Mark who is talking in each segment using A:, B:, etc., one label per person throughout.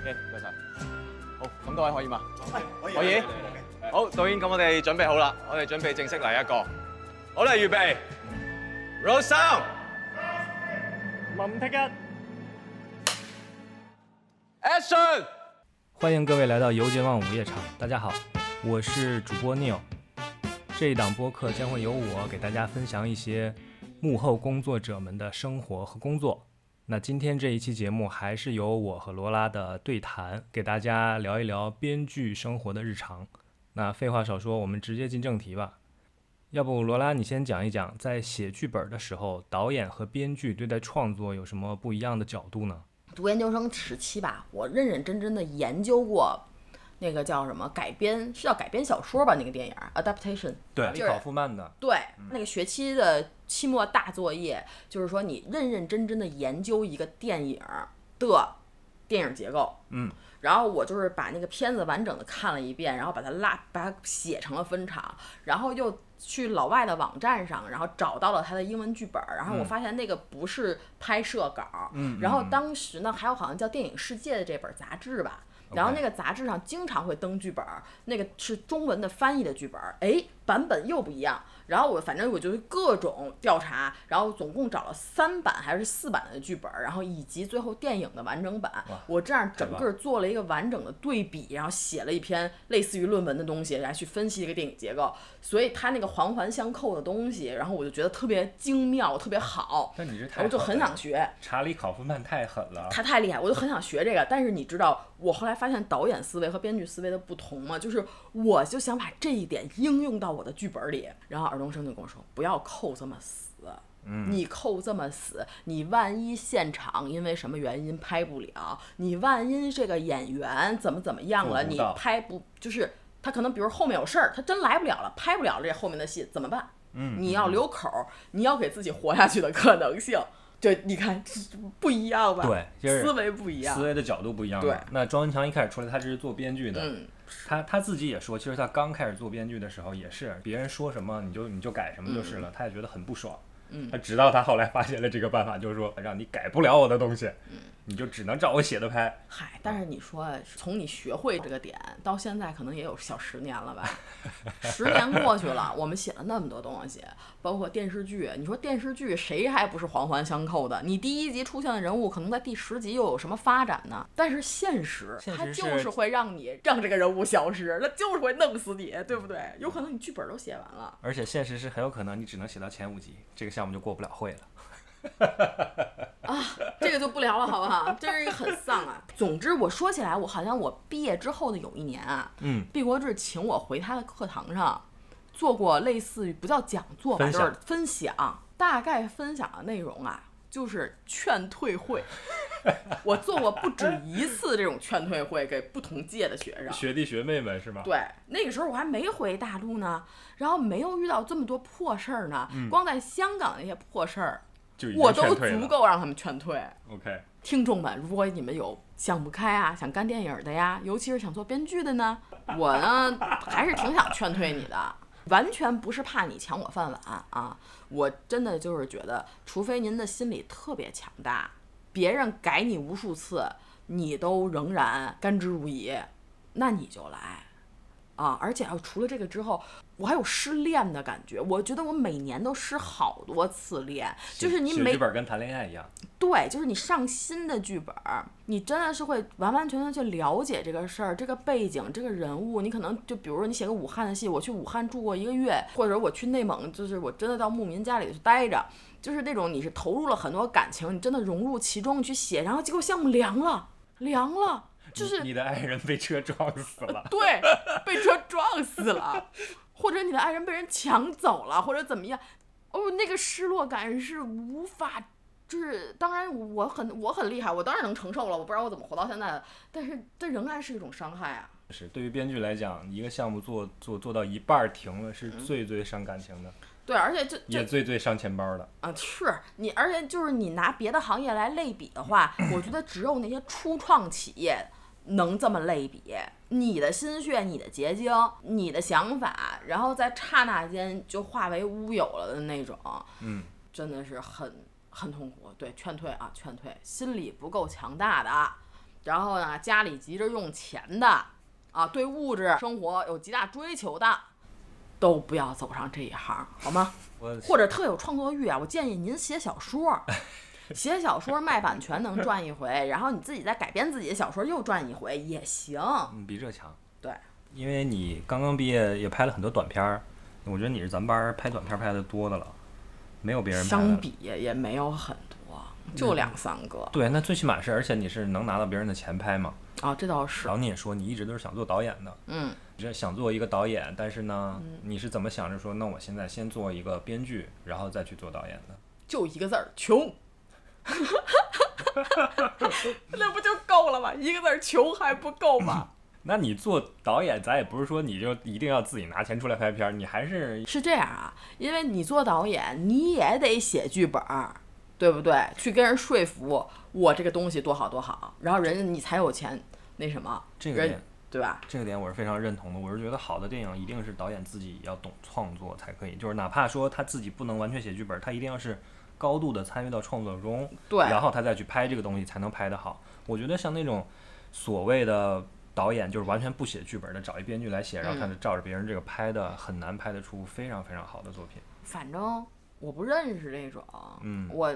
A: OK，唔該晒。好，咁多位可以嘛？
B: 可以
A: 可以。好，導演，咁我哋準備好啦，我哋準備正式嚟一個。好啦，預備，roll sound。
C: 林剔一。
A: Action！
D: 欢迎各位来到游绝望午夜场，大家好，我是主播 Neil。这一档播客将会由我给大家分享一些幕后工作者们的生活和工作。那今天这一期节目还是由我和罗拉的对谈，给大家聊一聊编剧生活的日常。那废话少说，我们直接进正题吧。要不罗拉，你先讲一讲，在写剧本的时候，导演和编剧对待创作有什么不一样的角度呢？
E: 读研究生时期吧，我认认真真的研究过那个叫什么改编，是叫改编小说吧？那个电影儿 adaptation。
D: 对，
E: 就是
D: 考夫曼的，
E: 对，那个学期的期末大作业，就是说你认认真真的研究一个电影的电影结构，
D: 嗯，
E: 然后我就是把那个片子完整的看了一遍，然后把它拉，把它写成了分场，然后又去老外的网站上，然后找到了它的英文剧本，然后我发现那个不是拍摄稿，嗯，然后当时呢还有好像叫《电影世界》的这本杂志吧。然后那个杂志上经常会登剧本，那个是中文的翻译的剧本，哎，版本又不一样。然后我反正我就各种调查，然后总共找了三版还是四版的剧本，然后以及最后电影的完整版。我这样整个做了一个完整的对比，然后写了一篇类似于论文的东西，来去分析这个电影结构。所以它那个环环相扣的东西，然后我就觉得特别精妙，特别好，
D: 但你这
E: 然后就很想学。
D: 查理考夫曼太狠了。
E: 他太厉害，我就很想学这个。但是你知道，我后来发现导演思维和编剧思维的不同吗？就是我就想把这一点应用到我的剧本里。然后尔冬升就跟我说：“不要扣这么死，你扣这么死，你万一现场因为什么原因拍不了，你万一这个演员怎么怎么样了，
D: 做不
E: 你
D: 到
E: 拍不就是他可能比如后面有事儿，他真来不了了，拍不了了这后面的戏怎么办？嗯，你要留口儿，你要给自己活下去的可能性。”对，你看这是不一样吧？
D: 对就是
E: 思维不一样
D: 思。维的角度不一样嘛。
E: 对
D: 那庄文强一开始出来，他这是做编剧的，
E: 嗯
D: 他他自己也说，其实他刚开始做编剧的时候也是，别人说什么你就你就改什么就是了，他也觉得很不爽。
E: 嗯
D: 他直到他后来发现了这个办法，就是说让你改不了我的东西，
E: 嗯
D: 你就只能照我写的拍。
E: 嗨，但是你说从你学会这个点到现在，可能也有小十年了吧？十年过去了，我们写了那么多东西，包括电视剧。你说电视剧谁还不是环环相扣的？你第一集出现的人物，可能在第十集又有什么发展呢？但是现实，
D: 现
E: 它
D: 实
E: 就是会让你让这个人物消失，那就是会弄死你，对不对？有可能你剧本都写完了。
D: 而且现实是很有可能你只能写到前五集，这个项目就过不了会了。
E: 这个就不聊了，好不好？这是一个很丧啊。总之，我说起来，我好像我毕业之后的有一年啊，
D: 嗯，
E: 毕国志请我回他的课堂上做过类似于不叫讲座吧，
D: 分
E: 就
D: 享
E: 是分享，大概分享的内容啊，就是劝 退会。我做过不止一次这种劝退会，给不同届的学生。
D: 学弟学妹们是吗？
E: 对，那个时候我还没回大陆呢，然后没有遇到这么多破事儿呢。光在香港那些破事儿，
D: 嗯就已经
E: 我都
D: 劝退了
E: 足。够让他们劝退。
D: OK，
E: 听众们，如果你们有想不开啊，想干电影的呀，尤其是想做编剧的呢， 我呢还是挺想劝退你的，完全不是怕你抢我饭碗啊！我真的就是觉得，除非您的心理特别强大，别人改你无数次，你都仍然甘之如饴，那你就来。啊，而且啊，除了这个之后，我还有失恋的感觉。我觉得我每年都失好多次恋，就是你
D: 写
E: 每
D: 剧本跟谈恋爱一样，
E: 对，就是你上新的剧本儿，你真的是会完完全全去了解这个事儿、这个背景、这个人物。你可能就比如说你写个武汉的戏，我去武汉住过一个月，或者我去内蒙，就是我真的到牧民家里去待着，就是那种你是投入了很多感情，你真的融入其中你去写，然后结果项目凉了，凉了，就是
D: 你的爱人被车撞死了。
E: 对，被车撞死了，或者你的爱人被人抢走了，或者怎么样，哦，那个失落感是无法，就是当然我很我很厉害，我当然能承受了，我不知道我怎么活到现在的，但是这仍然是一种伤害啊。
D: 是对于编剧来讲，一个项目做做做到一半儿停了，是最最伤感情的，
E: 对，而且这
D: 也
E: 这
D: 最最伤钱包的。
E: 啊，是你，而且就是你拿别的行业来类比的话，我觉得只有那些初创企业能这么类比。你的心血、你的结晶、你的想法，然后在刹那间就化为乌有了的那种，
D: 嗯，
E: 真的是很很痛苦。对，劝退啊，劝退，心理不够强大的，然后呢，家里急着用钱的，啊，对物质生活有极大追求的，都不要走上这一行，好吗？
D: 我
E: 或者特有创作欲啊，我建议您写小说，写小说卖版权能赚一回，然后你自己再改编自己的小说又赚一回也行。
D: 嗯比这强。
E: 对，
D: 因为你刚刚毕业也拍了很多短片儿，我觉得你是咱们班儿拍短片儿拍的多的了，没有别人拍的
E: 相
D: 了。
E: 比也没有很多，就两三个
D: 对，那最起码是，而且你是能拿到别人的钱拍嘛。
E: 啊，这倒是
D: 然，后你也说你一直都是想做导演的，
E: 嗯，
D: 你是想做一个导演，但是呢，你是怎么想着说，那我现在先做一个编剧，然后再去做导演的？
E: 就一个字儿穷。 那不就够了吗？一个字儿穷还不够吗？
D: 那你做导演，咱也不是说你就一定要自己拿钱出来拍片儿，你还是
E: 是这样啊，因为你做导演，你也得写剧本儿，对不对？去跟人说服我这个东西多好多好，然后人家你才有钱那什么，
D: 这个
E: 人
D: 点
E: 对吧？
D: 这个点我是非常认同的。我是觉得好的电影一定是导演自己要懂创作才可以，就是哪怕说他自己不能完全写剧本，他一定要是高度的参与到创作中，
E: 对
D: 然后他再去拍这个东西才能拍得好。我觉得像那种所谓的导演，就是完全不写剧本的，找一编剧来写，然后
E: 嗯
D: 他就照着别人这个拍的，很难拍得出非常非常好的作品。
E: 反正我不认识这种，
D: 嗯
E: 我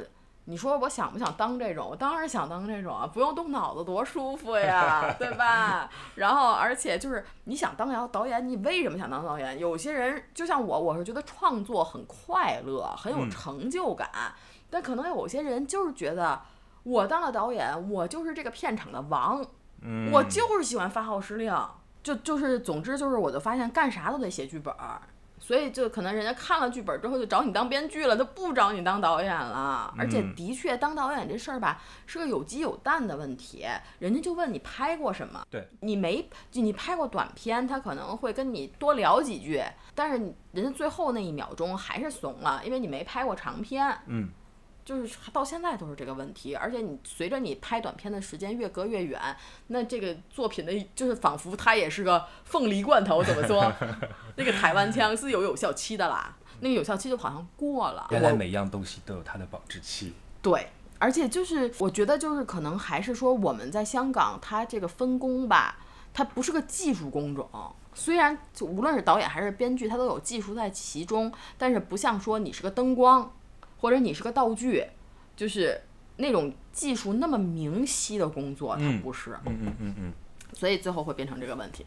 E: 你说我想不想当这种？我当然想当这种啊，不用动脑子多舒服呀，对吧？ 然后而且就是你想当导导演，你为什么想当导演？有些人就像我，我是觉得创作很快乐，很有
D: 嗯
E: 成就感，但可能有些人就是觉得。我当了导演，我就是这个片场的王，
D: 嗯，
E: 我就是喜欢发号施令，就就是，总之就是，我就发现干啥都得写剧本儿，所以就可能人家看了剧本之后就找你当编剧了，就不找你当导演了。而且
D: 嗯
E: 的确，当导演这事儿吧，是个有鸡有蛋的问题，人家就问你拍过什么，
D: 对
E: 你没就你拍过短片，他可能会跟你多聊几句，但是你人家最后那一秒钟还是怂了，因为你没拍过长片。
D: 嗯，
E: 就是到现在都是这个问题，而且你随着你拍短片的时间越隔越远，那这个作品的，就是仿佛它也是个凤梨罐头，怎么说？那个台湾腔是有有效期的啦，那个有效期就好像过了。
D: 原来
E: 我
D: 每样东西都有它的保质期。
E: 对，而且就是我觉得就是可能还是说我们在香港，它这个分工吧，它不是个技术工种。虽然就无论是导演还是编剧，它都有技术在其中，但是不像说你是个灯光，或者你是个道具，就是那种技术那么明晰的工作，它
D: 嗯
E: 不是，
D: 嗯嗯嗯嗯。
E: 所以最后会变成这个问题。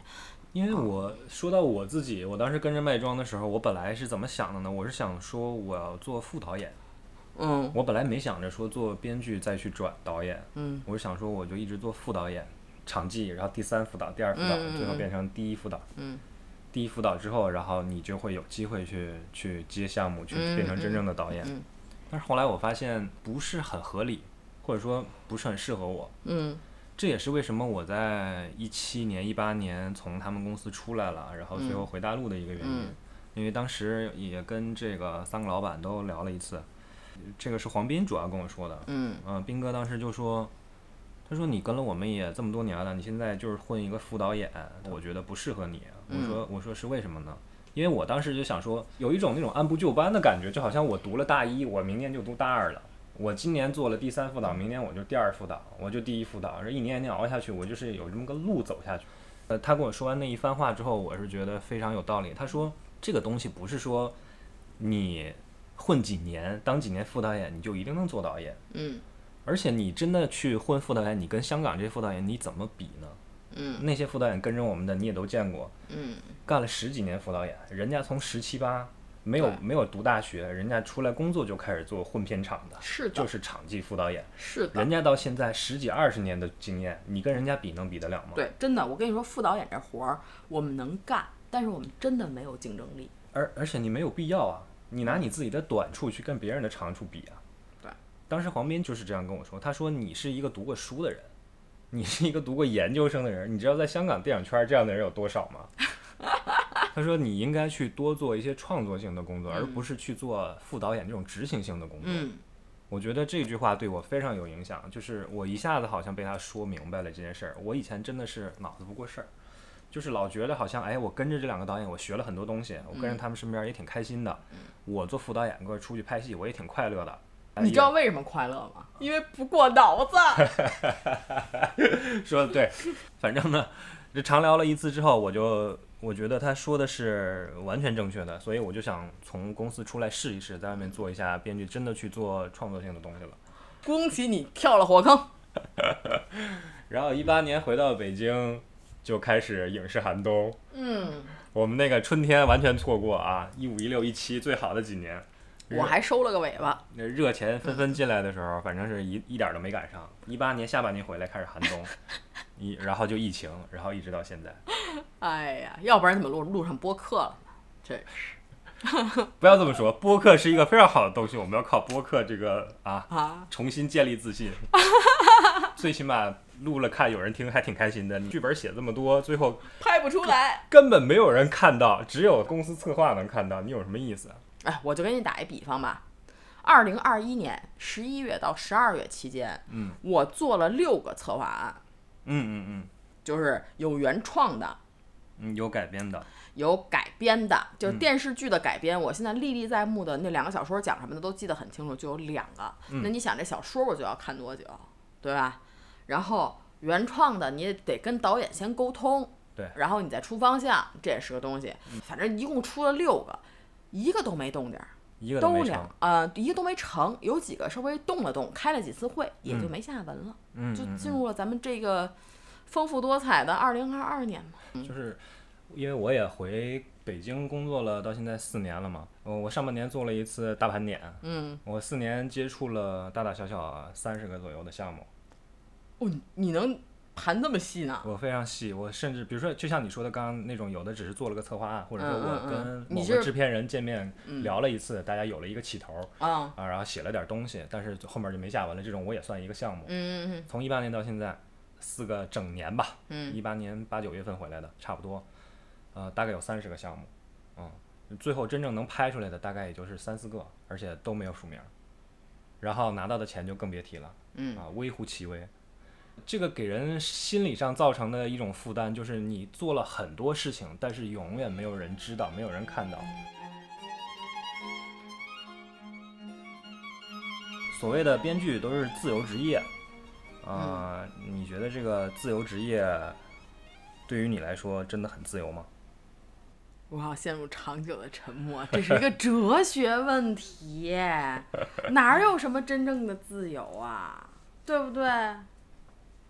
D: 因
E: 嗯
D: 为我说到我自己，我当时跟着卖妆的时候，我本来是怎么想的呢？我是想说我要做副导演，
E: 嗯
D: 我本来没想着说做编剧再去转导演，
E: 嗯，
D: 我是想说我就一直做副导演，场记，然后第三副导、第二副导，
E: 嗯嗯
D: 最后
E: 嗯
D: 变成第一副导。
E: 嗯。
D: 第一副导之后，然后你就会有机会去去接项目，去
E: 嗯
D: 变成真正的导演。
E: 嗯嗯
D: 但是后来我发现不是很合理，或者说不是很适合我。
E: 嗯
D: 这也是为什么我在一七年、一八年从他们公司出来了，然后最后回大陆的一个原因。
E: 嗯
D: 因为当时也跟这个三个老板都聊了一次，这个是黄斌主要跟我说的。
E: 嗯
D: 嗯，斌哥当时就说，他说你跟了我们也这么多年了，你现在就是混一个副导演，我觉得不适合你。啊我说我说是为什么呢？因为我当时就想说，有一种那种按部就班的感觉，就好像我读了大一，我明年就读大二了。我今年做了第三副导，明年我就第二副导，我就第一副导，这一年一年熬下去，我就是有这么个路走下去。呃，他跟我说完那一番话之后，我是觉得非常有道理。他说这个东西不是说你混几年当几年副导演你就一定能做导演，
E: 嗯
D: 而且你真的去混副导演，你跟香港这些副导演你怎么比呢？
E: 嗯
D: 那些副导演跟着我们的你也都见过，
E: 嗯
D: 干了十几年副导演，人家从十七八没有
E: 对
D: 没有读大学，人家出来工作就开始做混片场的，
E: 是的
D: 就是场记副导演，
E: 是的。
D: 人家到现在十几二十年的经验，你跟人家比能比得了吗？
E: 对，真的，我跟你说，副导演这活儿我们能干，但是我们真的没有竞争力。
D: 而而且你没有必要啊，你拿你自己的短处去跟别人的长处比啊。
E: 对，
D: 当时黄斌就是这样跟我说，他说你是一个读过书的人，你是一个读过研究生的人，你知道在香港电影圈这样的人有多少吗？ 他说你应该去多做一些创作性的工作，而不是去做副导演这种执行性的工作。
E: 嗯
D: 我觉得这句话对我非常有影响，就是我一下子好像被他说明白了这件事儿。我以前真的是脑子不过事儿，就是老觉得好像哎，我跟着这两个导演，我学了很多东西，我跟着他们身边也挺开心的。我做副导演，跟我出去拍戏，我也挺快乐的。哎
E: 你知道为什么快乐吗？因为不过脑子。
D: 哎说的对，反正呢，这长聊了一次之后，我就我觉得他说的是完全正确的，所以我就想从公司出来试一试，在外面做一下编剧，真的去做创作性的东西了。
E: 恭喜你跳了火坑。
D: 然后一八年回到北京，就开始影视寒冬。
E: 嗯，
D: 我们那个春天完全错过啊，一五一六一七最好的几年，
E: 我还收了个尾巴。
D: 那热钱纷纷进来的时候，反正是一一点儿都没赶上。一八年下半年回来开始寒冬， 一然后就疫情，然后一直到现在。
E: 哎呀，要不然怎么录录上播客了？这
D: 不要这么说，播客是一个非常好的东西，我们要靠播客这个啊，
E: 啊，
D: 重新建立自信。 最起码录了看有人听，还挺开心的。你剧本写这么多，最后
E: 拍不出来。
D: 根本没有人看到，只有公司策划能看到，你有什么意思啊？
E: 哎，我就给你打一比方吧。二零二一年十一月到十二月期间，
D: 嗯，
E: 我做了六个策划案，
D: 嗯嗯
E: 就是有原创的，
D: 嗯，有改编的，
E: 有改编的，就是
D: 嗯
E: 电视剧的改编。我现在历历在目的那两个小说讲什么的都记得很清楚，就有两个。
D: 嗯
E: 那你想这小说我就要看多久，对吧？然后原创的你也得跟导演先沟通，
D: 对嗯
E: 然后你再出方向，这也是个东西。反正一共出了六个，一个都没动静儿。
D: 一个都
E: 都
D: 没
E: 两
D: 成。
E: 呃，一个都没成，有几个稍微动了动，开了几次会，也就没下文了，
D: 嗯，
E: 就
D: 嗯
E: 进入了咱们这个丰富多彩的二零二二年嘛。
D: 就是因为我也回北京工作了，到现在四年了嘛。我我上半年做了一次大盘点，
E: 嗯，
D: 我四年接触了大大小小三十个左右的项目，
E: 哦，你你能盘这么细呢？
D: 我非常细。我甚至比如说，就像你说的刚刚那种，有的只是做了个策划案，或者说
E: 嗯嗯
D: 我
E: 嗯
D: 跟
E: 你
D: 某个
E: 就是嗯
D: 制片人见面聊了一次，大家有了一个起头
E: 啊，
D: 啊，然后写了点东西，但是后面就没下文了。这种我也算一个项目。
E: 嗯
D: 从一八年到现在，四个整年吧，
E: 嗯
D: 一八年八九月份回来的，差不多，呃，大概有三十个项目，嗯，最后真正能拍出来的大概也就是三四个，而且都没有署名，然后拿到的钱就更别提了，
E: 嗯
D: 啊，微乎其微。这个给人心理上造成的一种负担，就是你做了很多事情，但是永远没有人知道，没有人看到。所谓的编剧都是自由职业，啊、
E: 嗯
D: 你觉得这个自由职业对于你来说真的很自由吗？
E: 我要陷入长久的沉默，这是一个哲学问题，哪儿有什么真正的自由啊？对不对？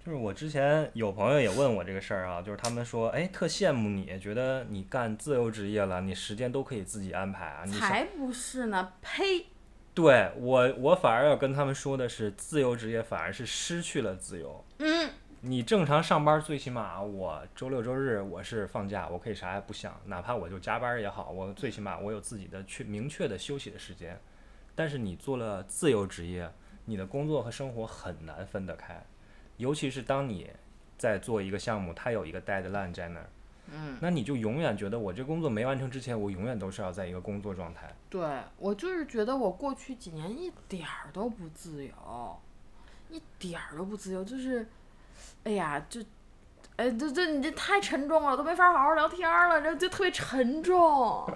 D: 就是我之前有朋友也问我这个事儿啊，就是他们说，哎，特羡慕你，觉得你干自由职业了，你时间都可以自己安排啊。你想
E: 才不是呢！呸！
D: 对我，我反而要跟他们说的是，自由职业反而是失去了自由。
E: 嗯，
D: 你正常上班，最起码我周六周日我是放假，我可以啥也不想，哪怕我就加班也好，我最起码我有自己的去明确的休息的时间。但是你做了自由职业，你的工作和生活很难分得开，尤其是当你在做一个项目，它有一个 deadline 在那儿，嗯，那你就永远觉得我这工作没完成之前，我永远都是要在一个工作状态。
E: 对我就是觉得我过去几年一点儿都不自由，一点儿都不自由，就是，哎呀，就，哎，这这你这太沉重了，都没法好好聊天儿了，这就特别沉重，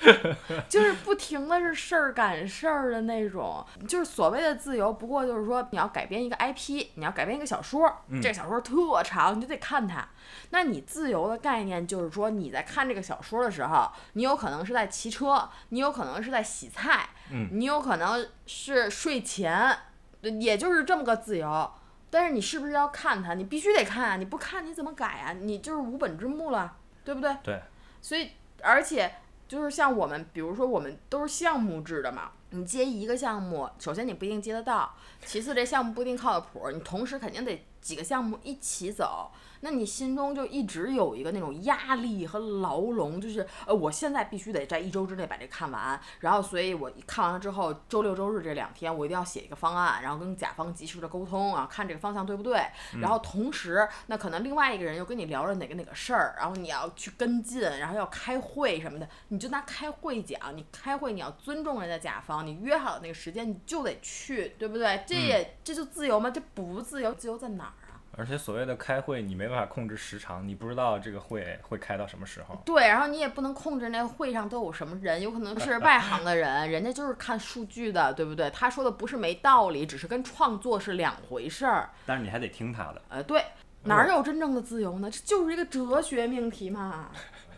E: 就是不停的是事儿赶事儿的那种，就是所谓的自由，不过就是说你要改编一个 IP，你要改编一个小说，这个小说特长，你就得看它。那你自由的概念就是说，你在看这个小说的时候，你有可能是在骑车，你有可能是在洗菜，
D: 嗯
E: 你有可能是睡前，对也就是这么个自由。但是你是不是要看它？你必须得看啊！你不看你怎么改啊？你就是无本之木了，对不对？
D: 对，
E: 所以，而且就是像我们，比如说我们都是项目制的嘛，你接一个项目，首先你不一定接得到，其次这项目不一定靠得谱，你同时肯定得几个项目一起走，那你心中就一直有一个那种压力和牢笼，就是呃，我现在必须得在一周之内把这看完，然后所以我一看完了之后，周六周日这两天我一定要写一个方案，然后跟甲方及时的沟通啊，看这个方向对不对，然后同时那可能另外一个人又跟你聊了哪个哪个事儿，然后你要去跟进，然后要开会什么的，你就拿开会讲，你开会你要尊重人家甲方，你约好的那个时间你就得去，对不对？这也、这就自由吗？这不自由，自由在哪儿啊？
D: 而且所谓的开会，你没办法控制时长，你不知道这个会会开到什么时候。
E: 对，然后你也不能控制那会上都有什么人，有可能是外行的人，人家就是看数据的，对不对？他说的不是没道理，只是跟创作是两回事儿。
B: 但是你还得听他的。
E: 呃，对，哪有真正的自由呢？这就是一个哲学命题嘛。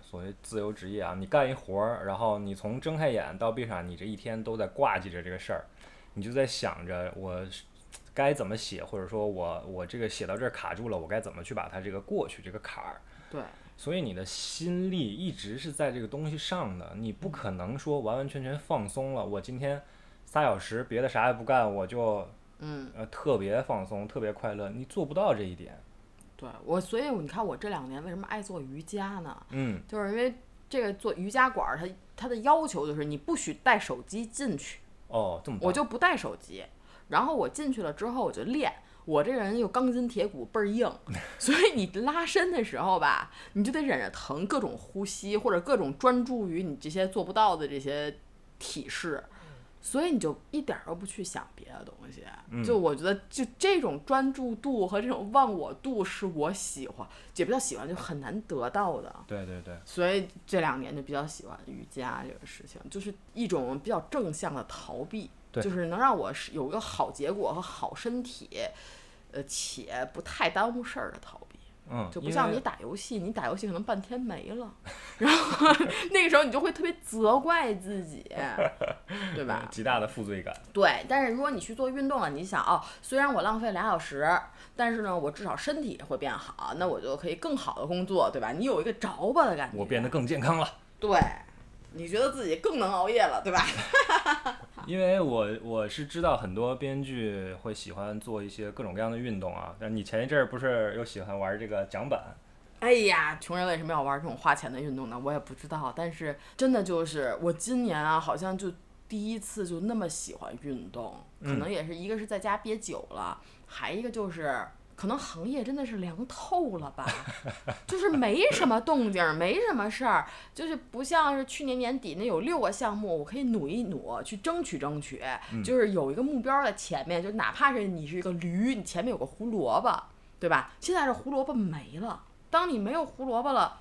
D: 所谓自由职业啊，你干一活儿，然后你从睁开眼到闭上，你这一天都在挂记着这个事儿，你就在想着我是该怎么写，或者说我我这个写到这儿卡住了，我该怎么去把它这个过去这个坎儿。
E: 对，
D: 所以你的心力一直是在这个东西上的，你不可能说完完全全放松了。我今天仨小时别的啥也不干，我就
E: 嗯，
D: 呃特别放松，特别快乐，你做不到这一点。
E: 对我，所以你看我这两年为什么爱做瑜伽呢？
D: 嗯，
E: 就是因为这个做瑜伽馆儿，它它的要求就是你不许带手机进去，
D: 哦，这么
E: 我
D: 棒
E: 就不带手机。然后我进去了之后，我就练。我这人又钢筋铁骨倍儿 硬，所以你拉伸的时候吧，你就得忍着疼，各种呼吸或者各种专注于你这些做不到的这些体式，
D: 嗯
E: 所以你就一点儿都不去想别的东西。
D: 嗯
E: 就我觉得，就这种专注度和这种忘我度是我喜欢，也不叫喜欢，就很难得到的。
D: 对对对，
E: 所以这两年就比较喜欢瑜伽这个事情，就是一种比较正向的逃避，
D: 对
E: 就是能让我是有一个好结果和好身体，呃，且不太耽误事儿的逃避。
D: 嗯，
E: 就不
D: 因
E: 像
D: 为
E: 你打游戏，你打游戏可能半天没了， 然后那个时候你就会特别责怪自己，对吧？
D: 嗯 极大的负罪感。
E: 对，但是如果你去做运动了，你想哦，虽然我浪费俩小时，但是呢，我至少身体会变好，那我就可以更好的工作，对吧？你有一个着吧的感觉。
D: 我变得更健康了。
E: 对，你觉得自己更能熬夜了，对吧？
D: 因为我我是知道很多编剧会喜欢做一些各种各样的运动啊，但是你前一阵儿不是又喜欢玩这个桨板？
E: 哎呀，穷人为什么要玩这种花钱的运动呢？我也不知道，但是真的就是我今年啊，好像就第一次就那么喜欢运动，可能也是一个是在家憋久了，还一个就是。可能行业真的是凉透了吧，就是没什么动静儿，没什么事儿，就是不像是去年年底那有六个项目，我可以努一努，去争取争取，就是有一个目标在前面，就哪怕是你是一个驴，你前面有个胡萝卜，对吧？现在这胡萝卜没了，当你没有胡萝卜了，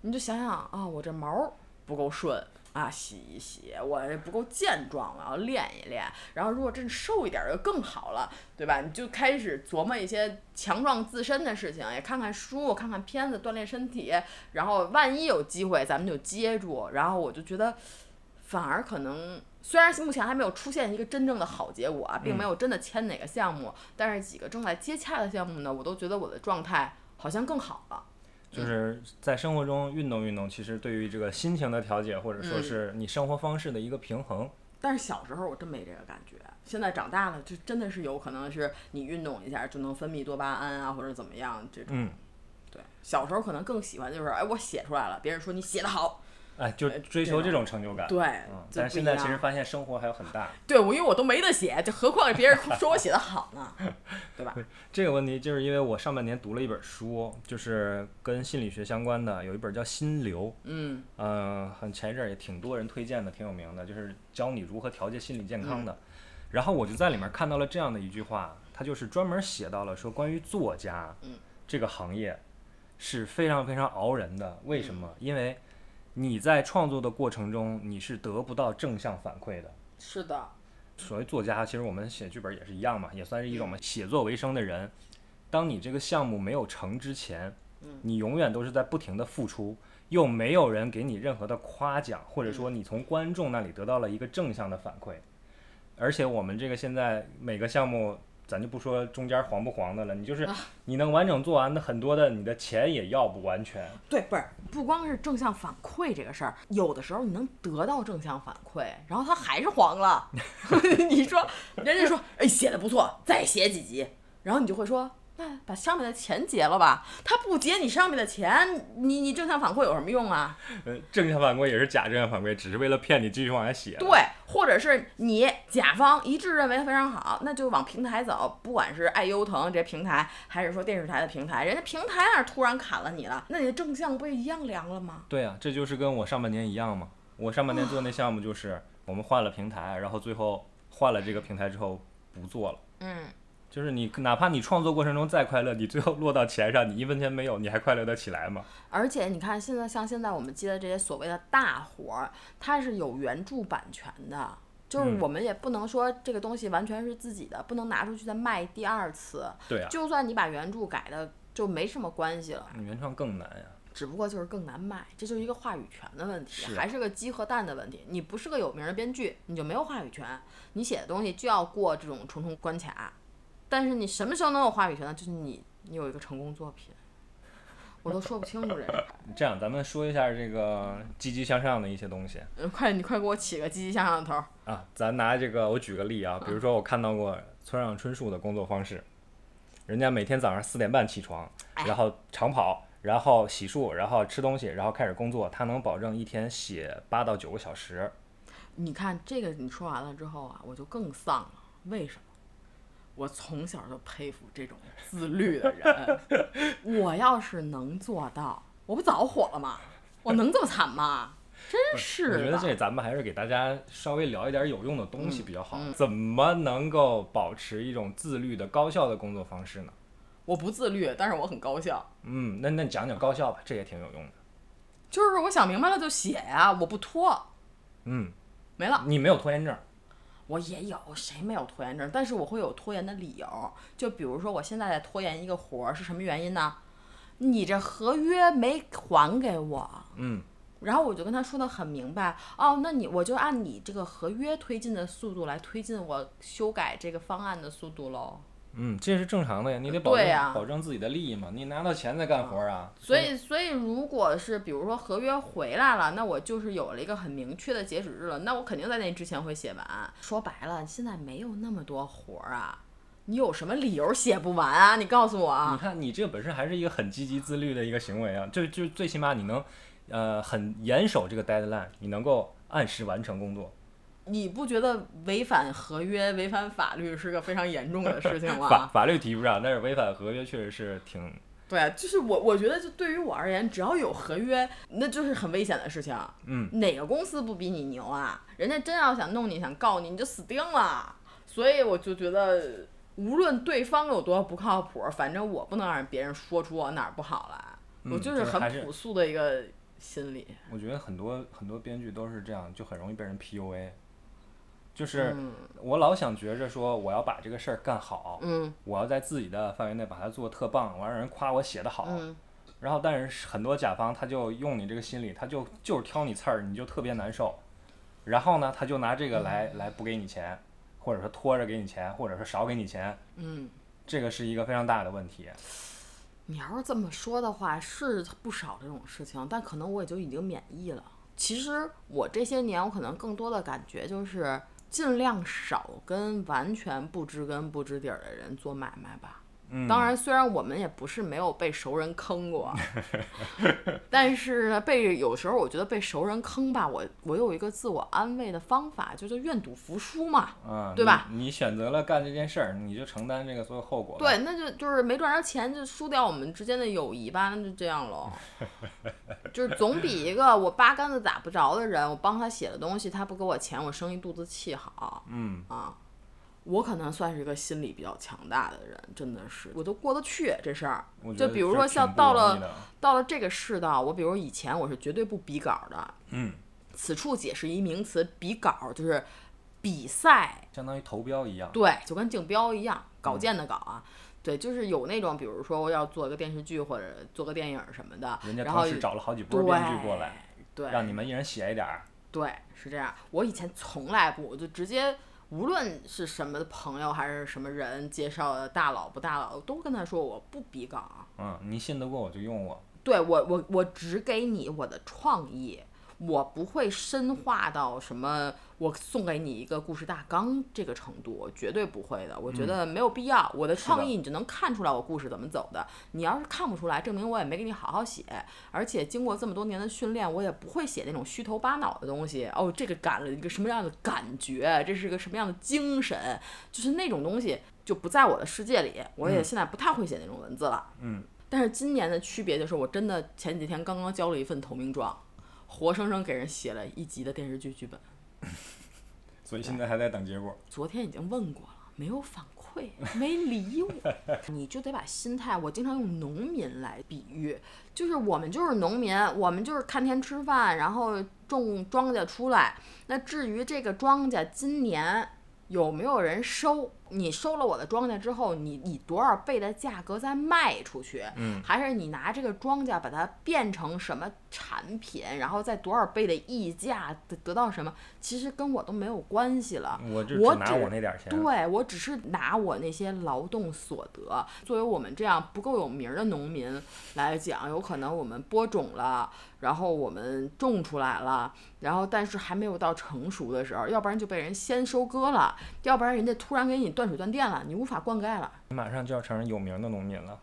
E: 你就想想啊，我这毛儿不够顺啊，洗一洗；我这不够健壮，我要练一练。然后如果真瘦一点儿就更好了，对吧？你就开始琢磨一些强壮自身的事情，也看看书，看看片子，锻炼身体。然后万一有机会，咱们就接住。然后我就觉得，反而可能。虽然目前还没有出现一个真正的好结果啊，并没有真的签哪个项目，但是几个正在接洽的项目呢，我都觉得我的状态好像更好了。
D: 就是在生活中运动运动，其实对于这个心情的调节，或者说
E: 嗯
D: 是你生活方式的一个平衡。
E: 但是小时候我真没这个感觉，现在长大了，就真的是有可能是你运动一下就能分泌多巴胺啊，或者怎么样这种。
D: 嗯，
E: 对，小时候可能更喜欢就是，哎，我写出来了，别人说你写的好，
D: 哎，就
E: 哎
D: 追求这种成就感。
E: 对，
D: 嗯，
E: 就
D: 但
E: 不
D: 是现
E: 一
D: 在其实
E: 样
D: 发现生活还有很大
E: 对我，因为我都没得写，就何况是别人说我写的好 呢，对吧？
D: 这个问题，就是因为我上半年读了一本书，就是跟心理学相关的，有一本叫《心流》，
E: 嗯
D: 嗯，很前一阵儿也挺多人推荐的，挺有名的，就是教你如何调节心理健康的。然后我就在里面看到了这样的一句话，它就是专门写到了说关于作家，
E: 嗯
D: 这个行业是非常非常熬人的。为什么？因为你在创作的过程中，你是得不到正向反馈的。
E: 是的，
D: 所谓作家，其实我们写剧本也是一样嘛，也算是一种嘛写作为生的人。当你这个项目没有成之前，你永远都是在不停的付出，又没有人给你任何的夸奖，或者说你从观众那里得到了一个正向的反馈。而且我们这个现在每个项目，咱就不说中间黄不黄的了，你就是你能完整做完的很多的，你的钱也要不完全。
E: 对，不是不光是正向反馈这个事儿，有的时候你能得到正向反馈，然后他还是黄了， 你说人家说哎写的不错，再写几集，然后你就会说那把上面的钱结了吧，他不结你上面的钱，你你正向反馈有什么用啊？
D: 呃，正向反馈也是假正向反馈，只是为了骗你继续往下写。
E: 对，或者是你甲方一致认为它非常好，那就往平台走，不管是爱优腾这些平台，还是说电视台的平台，人家平台那儿突然砍了你了，那你的正向不也一样凉了吗？
D: 对啊，这就是跟我上半年一样嘛。我上半年做那项目就是我们换了平台，然后最后换了这个平台之后不做了，
E: 嗯，
D: 就是你哪怕你创作过程中再快乐，你最后落到钱上，你一分钱没有，你还快乐得起来吗？
E: 而且你看，现在像现在我们接的这些所谓的大活儿，它是有原著版权的，就是
D: 嗯
E: 我们也不能说这个东西完全是自己的，不能拿出去再卖第二次。
D: 对啊，
E: 就算你把原著改的，就没什么关系了，
D: 你原创更难呀、
E: 只不过就是更难卖，这就是一个话语权的问题，
D: 是
E: 还是个鸡和蛋的问题。你不是个有名的编剧，你就没有话语权，你写的东西就要过这种重重关卡。但是你什么时候能有话语权呢？就是你你有一个成功作品，我都说不清楚这事。
D: 这样，咱们说一下这个积极向上的一些东西
E: 嗯，快，你快给我起个积极向上的头儿。
D: 啊。咱拿这个，我举个例啊，
E: 嗯
D: 比如说我看到过村上春树的工作方式，人家每天早上四点半起床，
E: 哎
D: 然后长跑，然后洗漱，然后吃东西，然后开始工作。他能保证一天写八到九个小时。
E: 你看这个，你说完了之后啊，我就更丧了。为什么？我从小就佩服这种自律的人。我要是能做到，我不早火了吗？我能这么惨吗？真
D: 我
E: 是
D: 觉得
E: 的。
D: 这咱们还是给大家稍微聊一点有用的东
E: 嗯
D: 西比较好。怎么能够保持一种自律的高效的工作方式呢？
E: 我不自律，但是我很高效。
D: 嗯，那那你讲讲高效吧，这也挺有用的。
E: 就是我想明白了就写呀、我不拖，
D: 嗯，
E: 没了。
D: 你没有拖延症，
E: 我也有，谁没有拖延症？但是我会有拖延的理由，就比如说我现在在拖延一个活儿，是什么原因呢？你这合约没还给我，
D: 嗯，
E: 然后我就跟他说的很明白，哦，那你我就按你这个合约推进的速度来推进我修改这个方案的速度喽。
D: 嗯，这是正常的呀，你得保证、
E: 对呀嗯
D: 保证自己的利益嘛，你拿到钱再干活啊。
E: 所以，所以如果是比如说合约回来了，那我就是有了一个很明确的截止日了，那我肯定在那之前会写完。说白了，现在没有那么多活儿啊，你有什么理由写不完啊？你告诉我
D: 你
E: 啊！
D: 看你这本身还是一个很积极自律的一个行为啊，就就最起码你能，呃，很严守这个 deadline，你能够按时完成工作。
E: 你不觉得违反合约、违反法律是个非常严重的事情
D: 法
E: 吗？
D: 法律提不上，但是违反合约确实是挺
E: 对，啊就是我，我觉得就对于我而言，只要有合约，那就是很危险的事情。
D: 嗯，
E: 哪个公司不比你牛啊？人家真要想弄你、想告你，你就死定了。所以我就觉得，无论对方有多不靠谱，反正我不能让别人说出我哪儿不好来。
D: 嗯
E: 我就
D: 就是
E: 很
D: 还是
E: 朴素的一个心理。
D: 我觉得很多很多编剧都是这样，就很容易被人 PUA。就是我老想觉着说我要把这个事儿干好，
E: 嗯
D: 我要在自己的范围内把它做得特棒，我要让人夸我写得好。
E: 嗯，
D: 然后，但是很多甲方他就用你这个心理，他就就是挑你刺儿，你就特别难受。然后呢，他就拿这个来、
E: 嗯
D: 来不给你钱，或者说拖着给你钱，或者说少给你钱。
E: 嗯，
D: 这个是一个非常大的问题。
E: 你要是这么说的话，是不少这种事情，但可能我也就已经免疫了。其实我这些年，我可能更多的感觉就是尽量少跟完全不知根不知底儿的人做买卖吧。
D: 嗯，
E: 当然，虽然我们也不是没有被熟人坑过，但是呢，被有时候我觉得被熟人坑吧，我我有一个自我安慰的方法，就是愿赌服输嘛。
D: 嗯，
E: 对吧
D: 你？你选择了干这件事儿，你就承担这个所有后果吧。
E: 对，那就就是没赚着钱，就输掉我们之间的友谊吧，那就这样 喽。就是总比一个我八竿子打不着的人，我帮他写的东西，他不给我钱，我生一肚子气好
D: 嗯。
E: 啊。我可能算是一个心理比较强大的人，真的是，我都过得去啊这事儿
D: 我。觉
E: 就
D: 得
E: 比如
D: 这
E: 说
D: 挺
E: 像
D: 不
E: 到
D: 容易
E: 了
D: 的
E: 到了这个世道，我比如以前我是绝对不比稿的。
D: 嗯，
E: 此处解释一名词，比稿就是比赛，
D: 相当于投标一样。
E: 对，就跟竞标一样，
D: 嗯
E: 稿件的稿啊。对，就是有那种，比如说我要做一个电视剧或者做个电影什么的，
D: 人家
E: 然后
D: 同时找了好几波
E: 对
D: 编剧过来，，
E: 对，
D: 让你们一人写一点儿。
E: 对是这样。我以前从来不，我就直接无论是什么朋友还是什么人介绍的大佬不大佬，我都跟他说我不比稿，啊
D: 嗯，你信得过我就用我。
E: 对我我我只给你我的创意，我不会深化到什么我送给你一个故事大纲这个程度，我绝对不会的。我觉得没有必要，我的创意你就能看出来我故事怎么走的。你要是看不出来，证明我也没给你好好写。而且经过这么多年的训练，我也不会写那种虚头巴脑的东西。哦，这个感了一个什么样的感觉？这是个什么样的精神？就是那种东西就不在我的世界里。我也现在不太会写那种文字了。
D: 嗯。
E: 但是今年的区别就是，我真的前几天刚刚交了一份投名状，活生生给人写了一集的电视剧剧本。
D: 所以现在还在等结果。
E: 昨天已经问过了，没有反馈。 退，没理我。 你就得把心态，我经常用农民来比喻，就是我们就是农民，我们就是看天吃饭，然后种庄稼出来。那至于这个庄稼今年有没有人收，你收了我的庄稼之后，你以多少倍的价格再卖出去，
F: 嗯，
E: 还是你拿这个庄稼把它变成什么产品，然后再多少倍的溢价得得到什么，其实跟我都没有关系了。
D: 我就
E: 啊我
D: 只拿
E: 只
D: 我那点儿钱。
E: 对我只是拿我那些劳动所得，作为我们这样不够有名儿的农民来讲，有可能我们播种了，然后我们种出来了，然后但是还没有到成熟的时候，要不然就被人先收割了，要不然人家突然给你断水断电了，你无法灌溉了。
D: 你马上就要成为有名的农民了。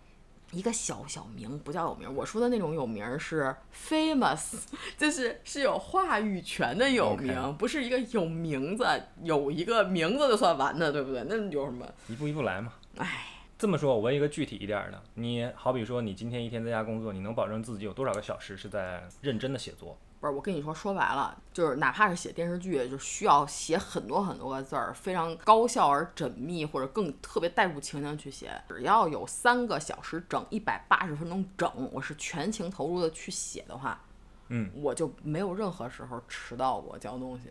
E: 一个小小名不叫有名，我说的那种有名是 famous，就是 是有话语权的有名
D: OK
E: 不是一个有名字，有一个名字就算完的，对不对？那有什么？
D: 一步一步来嘛。
E: 唉，
D: 这么说，我问一个具体一点儿的，你好比说，你今天一天在家工作，你能保证自己有多少个小时是在认真的写作？
E: 不是，我跟你说，说白了，就是哪怕是写电视剧，就需要写很多很多个字儿，非常高效而缜密，或者更特别带入情境去写。只要有三个小时整，一百八十分钟整，我是全情投入的去写的话，
D: 嗯，
E: 我就没有任何时候迟到过交东西。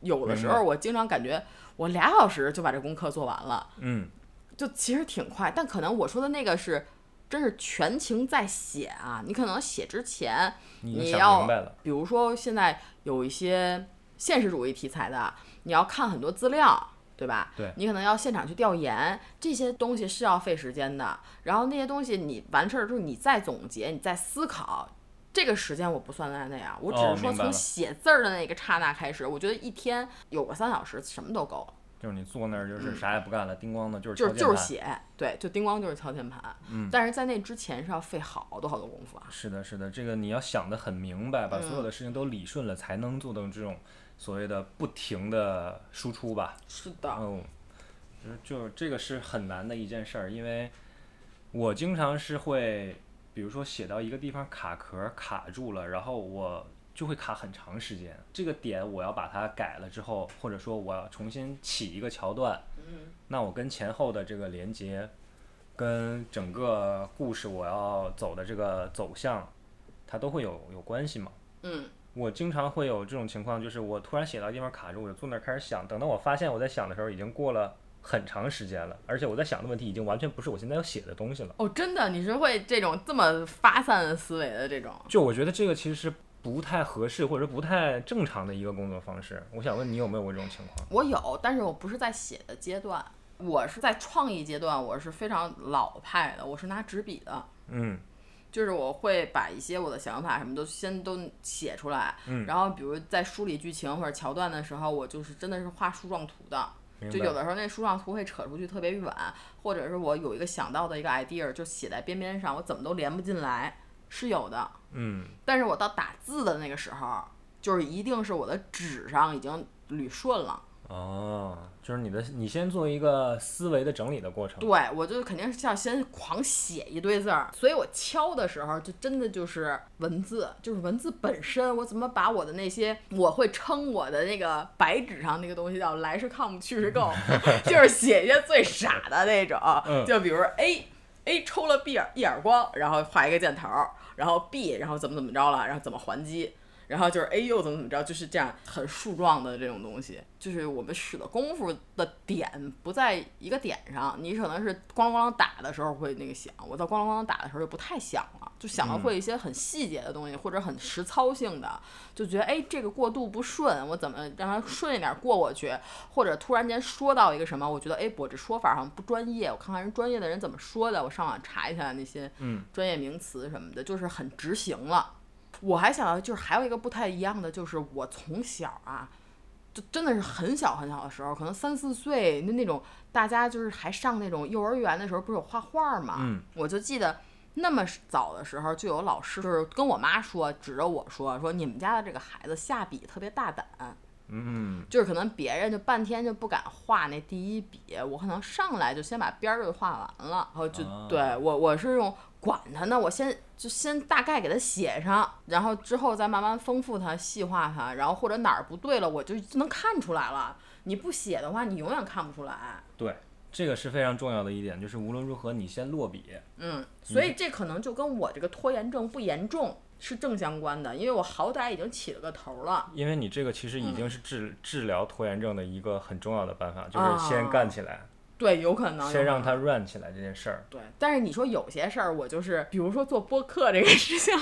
E: 有的时
D: 明
E: 候
D: 白
E: 我经常感觉我俩小时就把这功课做完了，
D: 嗯，
E: 就其实挺快，但可能我说的那个是，真是全情在写啊。你可能写之前，
D: 你已经
E: 你
D: 想
E: 要
D: 明白了。
E: 比如说现在有一些现实主义题材的，你要看很多资料，对吧？
D: 对
E: 你可能要现场去调研，这些东西是要费时间的。然后那些东西你完事儿之后，你再总结，你再思考。这个时间我不算在内啊，我只
D: 哦
E: 是说
D: 明白
E: 从
D: 了
E: 写字儿的那个刹那开始，我觉得一天有个三小时什么都够了。
D: 就是你坐那儿就是啥也不干了，叮咣的，就是
E: 就是
D: 敲键
E: 嗯就是
D: 盘
E: 写，对，就叮咣就是敲键盘。嗯，但是在那之前是要费好多好多功夫啊。
D: 是的，是的，这个你要想得很明白，把所
E: 嗯
D: 有的事情都理顺了，才能做到这种所谓的不停的输出吧。
E: 是的，
D: 嗯，就是就是这个是很难的一件事儿，因为我经常是会，比如说写到一个地方卡壳儿卡住了，然后我就会卡很长时间。这个点我要把它改了之后，或者说我要重新起一个桥段，那我跟前后的这个连接，跟整个故事我要走的这个走向，它都会有有关系嘛。
E: 嗯，
D: 我经常会有这种情况，就是我突然写到地方卡住，我就坐那儿开始想。等到我发现我在想的时候，已经过了很长时间了，而且我在想的问题已经完全不是我现在要写的东西了。
E: 哦，真的，你是会这种这么发散思维的这种？
D: 就我觉得这个其实是不太合适，或者不太正常的一个工作方式。我想问你有没有过这种情况？
E: 我有，但是我不是在写的阶段，我是在创意阶段，我是非常老派的，我是拿纸笔的。
D: 嗯，
E: 就是我会把一些我的想法什么都先都写出来，
D: 嗯
E: 然后比如在梳理剧情或者桥段的时候，我就是真的是画树状图的，
D: 明
E: 就
D: 白
E: 有的时候那树状图会扯出去特别远，或者是我有一个想到的一个 idea 就写在边边上，我怎么都连不进来，是有的。
D: 嗯，
E: 但是我到打字的那个时候，就是一定是我的纸上已经捋顺了，
D: 哦，就是你的，你先做一个思维的整理的过程。
E: 对我就肯定是要先狂写一堆字儿，所以我敲的时候就真的就是文字，就是文字本身，我怎么把我的那些我会称我的那个白纸上那个东西叫来是抗不去是够，就是写一些最傻的那种，就比如 A A 抽了 B 耳一耳光，然后画一个箭头儿，然后 B 然后怎么怎么着了，然后怎么还击。然后就是 A 又怎么怎么着，就是这样很树状的这种东西，就是我们使的功夫的点不在一个点上。你可能是咣啷咣啷打的时候会那个响，我到咣啷咣啷打的时候就不太响了，就想到会一些很细节的东西、或者很实操性的，就觉得哎这个过渡不顺，我怎么让它顺一点过过去？或者突然间说到一个什么，我觉得哎我这说法好像不专业，我看看人专业的人怎么说的，我上网查一下那些专业名词什么的，就是很执行了。我还想到，就是还有一个不太一样的，就是我从小啊，就真的是很小很小的时候，可能三四岁那那种，大家就是还上那种幼儿园的时候，不是有画画嘛？
D: 嗯，
E: 我就记得那么早的时候，就有老师就是跟我妈说，指着我说，说你们家的这个孩子下笔特别大胆。
D: 嗯，
E: 就是可能别人就半天就不敢画那第一笔，我可能上来就先把边儿就画完了，然后就、
D: 啊
E: 对我我是用管它呢，我先就先大概给它写上，然后之后再慢慢丰富它、细化它，然后或者哪儿不对了，我就就能看出来了。你不写的话，你永远看不出来。
D: 对，这个是非常重要的一点，就是无论如何你先落笔，
E: 嗯，所以这可能就跟我这个拖延症不严重是正相关的，因为我好歹已经起了个头了。
D: 因为你这个其实已
E: 嗯
D: 经是治、治疗拖延症的一个很重要的办法，
E: 哦
D: 就是先干起来，
E: 对，有可能
D: 先让。
E: 有可能
D: 它 run 起来这件事儿。
E: 对，但是你说有些事儿，我就是，比如说做播客这个事情，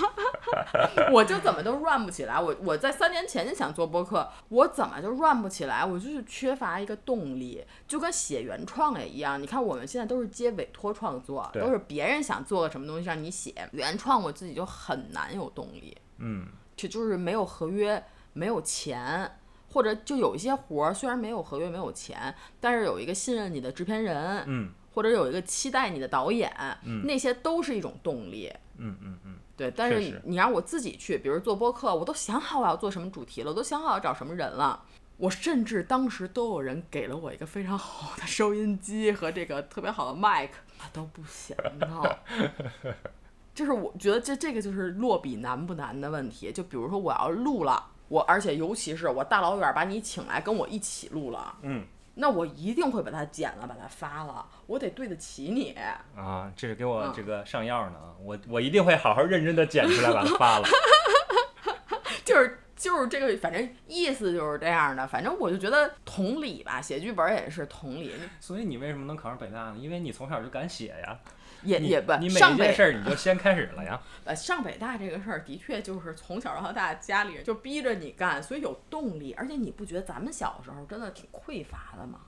E: 我就怎么都 run 不起来。我我在三年前就想做播客，我怎么就 run 不起来？我就是缺乏一个动力，就跟写原创也一样。你看我们现在都是接委托创作，
D: 对
E: 都是别人想做个什么东西让你写，原创我自己就很难有动力。
D: 嗯，
E: 这就是没有合约，没有钱，或者就有一些活儿虽然没有合约没有钱，但是有一个信任你的制片人，
D: 嗯，
E: 或者有一个期待你的导演，嗯，那些都是一种动力。
D: 嗯嗯嗯，
E: 对，但
D: 确
E: 是
D: 实
E: 你让我自己去，比如做播客，我都想好我要做什么主题了，我都想好要找什么人了。我甚至当时都有人给了我一个非常好的收音机和这个特别好的麦克，我都不想要。就是我觉得这这个就是落笔难不难的问题。就比如说我要录了，我而且尤其是我大老远把你请来跟我一起录了，
D: 嗯，
E: 那我一定会把它剪了，把它发了，我得对得起 你。
D: 啊，这是给我
E: 嗯
D: 这个上药呢，啊，我我一定会好好认真的剪出来，把它发了。
E: 就是就是这个，反正意思就是这样的。反正我就觉得同理吧，写剧本也是同理，
D: 所以你为什么能考上北大呢？因为你从小就敢写呀，
E: 也
D: 你
E: 也不
D: 你每
E: 上
D: 一件
E: 北
D: 事 儿你就先开始了呀。
E: 呃上北大这个事儿，的确就是从小到大家里人就逼着你干，所以有动力。而且你不觉得咱们小时候真的挺匮乏的吗？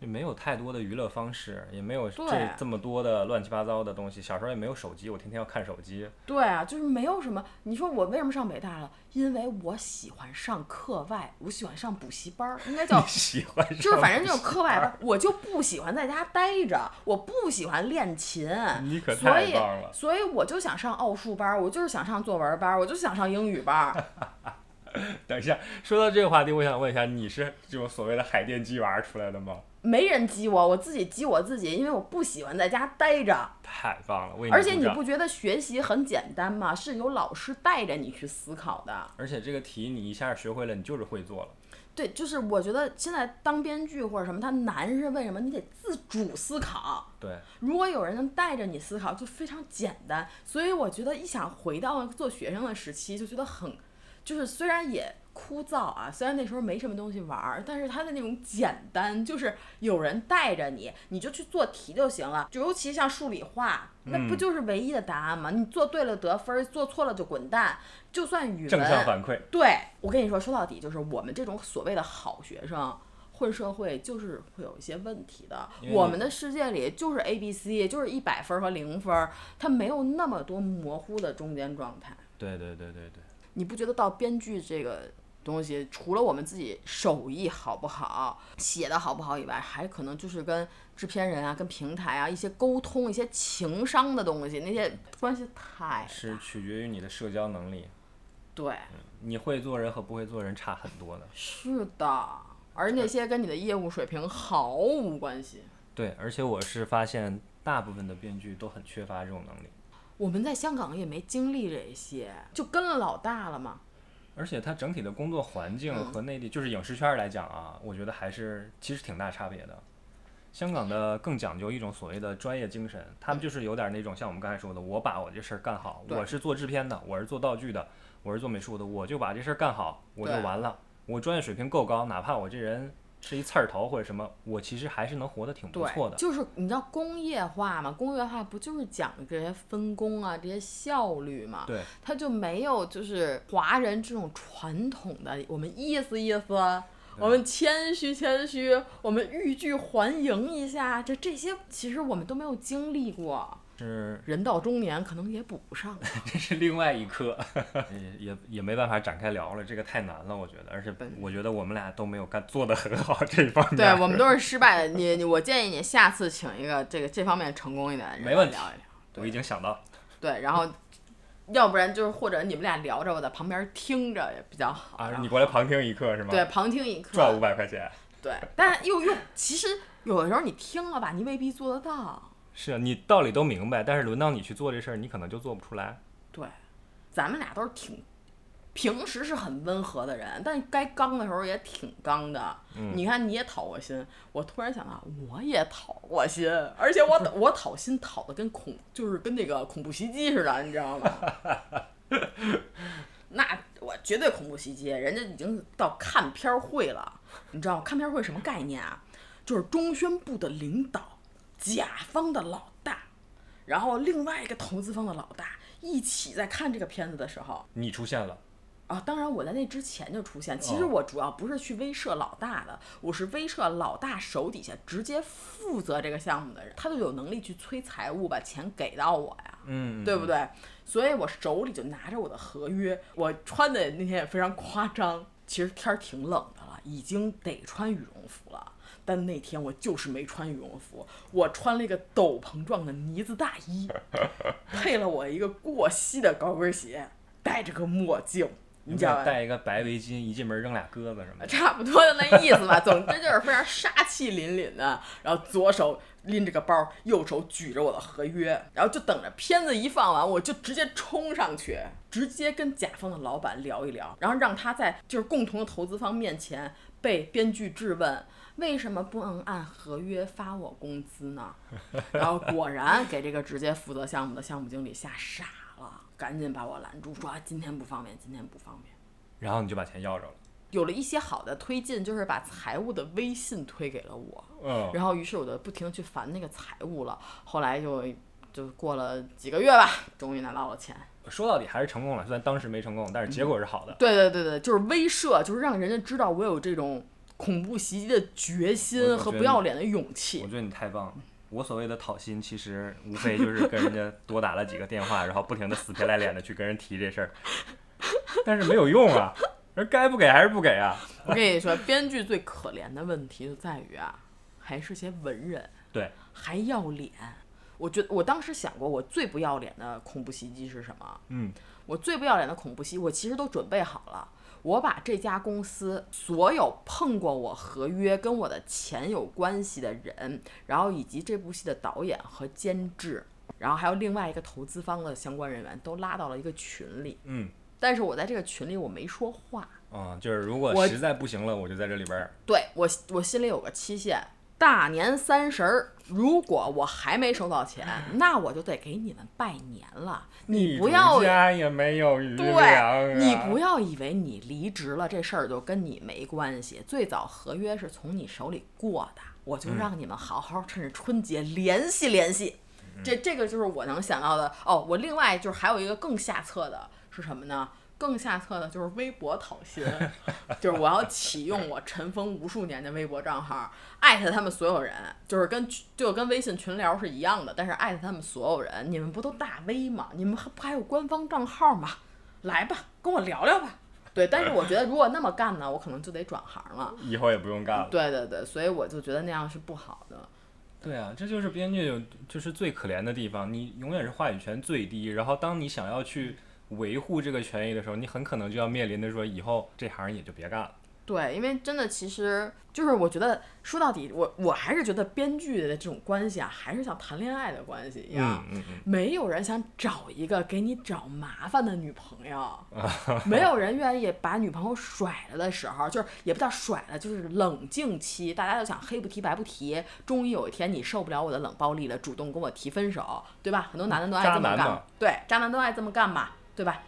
D: 就没有太多的娱乐方式，也没有
E: 对
D: 这这么多的乱七八糟的东西。小时候也没有手机，我天天要看手机。
E: 对啊，就是没有什么。你说我为什么上北大了？因为我喜欢上课外，我喜欢上补习班儿，应该叫
D: 喜欢上
E: 就是反正就是课外班儿，我就不喜欢在家待着，我不喜欢练琴，
D: 你可
E: 所
D: 太
E: 以
D: 棒了
E: 所以我就想上奥数班儿，我就是想上作文班儿，我就想上英语班儿。
D: 等一下，说到这个话题，我想问一下，你是这种所谓的海淀鸡娃出来的吗？
E: 没人激我，我自己激我自己，因为我不喜欢在家待着。
D: 太棒了，为
E: 而且你
D: 鼓
E: 不
D: 掌。
E: 觉得学习很简单吗？是有老师带着你去思考的。
D: 而且这个题你一下学会了，你就是会做了。
E: 对，就是我觉得现在当编剧或者什么，它难是为什么？你得自主思考。
D: 对，
E: 如果有人能带着你思考，就非常简单。所以我觉得一想回到做学生的时期，就觉得很，就是虽然也枯燥啊，虽然那时候没什么东西玩儿，但是他的那种简单，就是有人带着你，你就去做题就行了。就尤其像数理化，那
D: 嗯
E: 不就是唯一的答案吗？你做对了得分儿，做错了就滚蛋。就算语文，
D: 正向反馈。
E: 对我跟你说，说到底就是我们这种所谓的好学生。混社会就是会有一些问题的
D: 因，为
E: 我
D: 你
E: 们的世界里就是 A、B、C，就是一百分儿和零分儿，它没有那么多模糊的中间状态。
D: 对对对对对，
E: 你不觉得到编剧这个东西，除了我们自己手艺好不好、写的好不好以外，还可能就是跟制片人啊、跟平台啊一些沟通、一些情商的东西，那些关系太
D: 是取决于你的社交能力，
E: 对。
D: 你会做人和不会做人差很多的。
E: 是的，而那些跟你的业务水平毫无关系。
D: 对，而且我是发现大部分的编剧都很缺乏这种能力。
E: 我们在香港也没经历这些，就跟了老大了嘛。
D: 而且它整体的工作环境
E: 嗯
D: 和内地，就是影视圈儿来讲啊，我觉得还是其实挺大差别的。香港的更讲究一种所谓的专业精神，他们就是有点那种像我们刚才说的，我把我这事儿干好，
E: 对
D: 我是做制片的，我是做道具的，我是做美术的，我就把这事儿干好，我就
E: 对
D: 完了。我专业水平够高，哪怕我这人是一刺儿头或者什么，我其实还是能活得挺不错
E: 对，
D: 的。
E: 就是你知道工业化嘛，工业化不就是讲这些分工啊，这些效率嘛？
D: 对，
E: 它就没有就是华人这种传统的，我们意思意思，我们谦虚谦虚，我们欲拒还迎一下，这这些其实我们都没有经历过。
D: 是
E: 人到中年可能也补不上了。
D: 这是另外一 科，呃也也也没办法展开聊了，这个太难了，我觉得，而且我觉得我们俩都没有干做的很好这一方 面。
E: 对啊我们都是失败的。你你，我建议你下次请一个这个这方面成功一点的人
D: 没问题
E: 来聊一聊。
D: 我已经想到了，
E: 对，然后要不然就是或者你们俩聊着，我在旁边听着也比较好。
D: 啊
E: 然，后
D: 你过来旁听一课是吗？
E: 对，旁听一
D: 赚五
E: 课。
D: 百块钱。
E: 对，但又又其实有的时候你听了吧，你未必做得到。
D: 是啊，你道理都明白，但是轮到你去做这事儿，你可能就做不出来。
E: 对，咱们俩都是挺平时是很温和的人，但该刚的时候也挺刚的。你看，你也讨过心，我突然想到，我也讨过心，而且我我讨 心讨的跟恐就是跟那个恐怖袭击似的，你知道吗？ 那我绝对恐怖袭击，人家已经到看片儿会了，你知道看片儿会什么概念啊？就是中宣部的领导，甲方的老大，然后另外一个投资方的老大一起在看这个片子的时候，
D: 你出现了，
E: 啊，当然我在那之前就出现。其实
D: 哦
E: 我主要不是去威慑老大的，我是威慑老大手底下直接负责这个项目的人，他就有能力去催财务把钱给到我呀，
D: 嗯，
E: 对不对？所以我手里就拿着我的合约，我穿的那天也非常夸张。其实天儿挺冷的了，已经得穿羽绒服了。但那天我就是没穿羽绒服，我穿了一个斗篷状的呢子大衣，配了我一个过膝的高跟鞋，戴着个墨镜，你哎知道吧？
D: 戴一个白围巾，一进门扔俩鸽子什么的，
E: 差不多就那意思吧。总之就是非常杀气凛凛的，然后左手拎着个包，右手举着我的合约，然后就等着片子一放完，我就直接冲上去，直接跟甲方的老板聊一聊，然后让他在就是共同的投资方面前被编剧质问。为什么不能按合约发我工资呢？然后果然给这个直接负责项目的项目经理吓傻了，赶紧把我拦住，说啊今天不方便，今天不方便。
D: 然后你就把钱要着了，
E: 有了一些好的推进，就是把财务的微信推给了我，
D: 嗯，
E: 然后于是我就不停的去烦那个财务了。后来就就过了几个月吧，终于拿到了钱。
D: 说到底还是成功了，虽然当时没成功，但是结果是好的。
E: 对对对对，就是威慑，就是让人家知道我有这种恐怖袭击的决
D: 我
E: 心
D: 我
E: 和
D: 觉
E: 不
D: 得
E: 要
D: 你
E: 脸的勇气
D: 我。觉得你太棒了。我所谓的讨薪，其实无非就是跟人家多打了几个电话，然后不停的死皮赖脸的去跟人提这事儿，但是没有用啊，人该不给还是不给啊。
E: 我跟你说，编剧最可怜的问题就在于啊，还是些文人。
D: 对，
E: 还要脸。我觉得我当时想过，我最不要脸的恐怖袭击是什么？
D: 嗯，
E: 我最不要脸的恐怖袭，我其实都准备好了。我把这家公司所有碰过我合约跟我的钱有关系的人，然后以及这部戏的导演和监制，然后还有另外一个投资方的相关人员都拉到了一个群里。
D: 嗯，
E: 但是我在这个群里我没说话。
D: 嗯，就是如果
E: 我
D: 实在不行了，我就在这里边儿。
E: 对我我心里有个期限，大年三十儿，如果我还没收到钱，那我就得给你们拜年了。你不要
D: 地主家也没有余粮、啊，
E: 对，你不要以为你离职了这事儿就跟你没关系。最早合约是从你手里过的，我就让你们好好趁着春节联系联系。这这个就是我能想到的哦。我另外就是还有一个更下策的是什么呢？更下策的就是微博讨薪， 就是我要启用我尘封无数年的微博账号，艾特他们所有人，就是跟就跟微信群聊是一样的，但是艾特他们所有人，你们不都大 V 吗？你们还不还有官方账号吗？来吧，跟我聊聊吧。对，但是我觉得如果那么干呢，我可能就得转行了。
D: 以后也不用干了。
E: 对对对，所以我就觉得那样是不好的。
D: 对啊，这就是编剧有就是最可怜的地方，你永远是话语权最低，然后当你想要去维护这个权益的时候，你很可能就要面临着说以后这行也就别干了。
E: 对，因为真的，其实就是我觉得说到底，我我还是觉得编剧的这种关系啊，还是像谈恋爱的关系一样，
D: 嗯嗯，
E: 没有人想找一个给你找麻烦的女朋 友，没有人愿意把女朋友甩了的时候，就是也不叫甩了，就是冷静期，大家都想黑不提白不提，终于有一天你受不了我的冷暴力了，主动跟我提分手，对吧？很多男的都爱这
D: 渣
E: 么
D: 男
E: 干
D: 嘛，
E: 对，渣男都爱这么干嘛，对吧？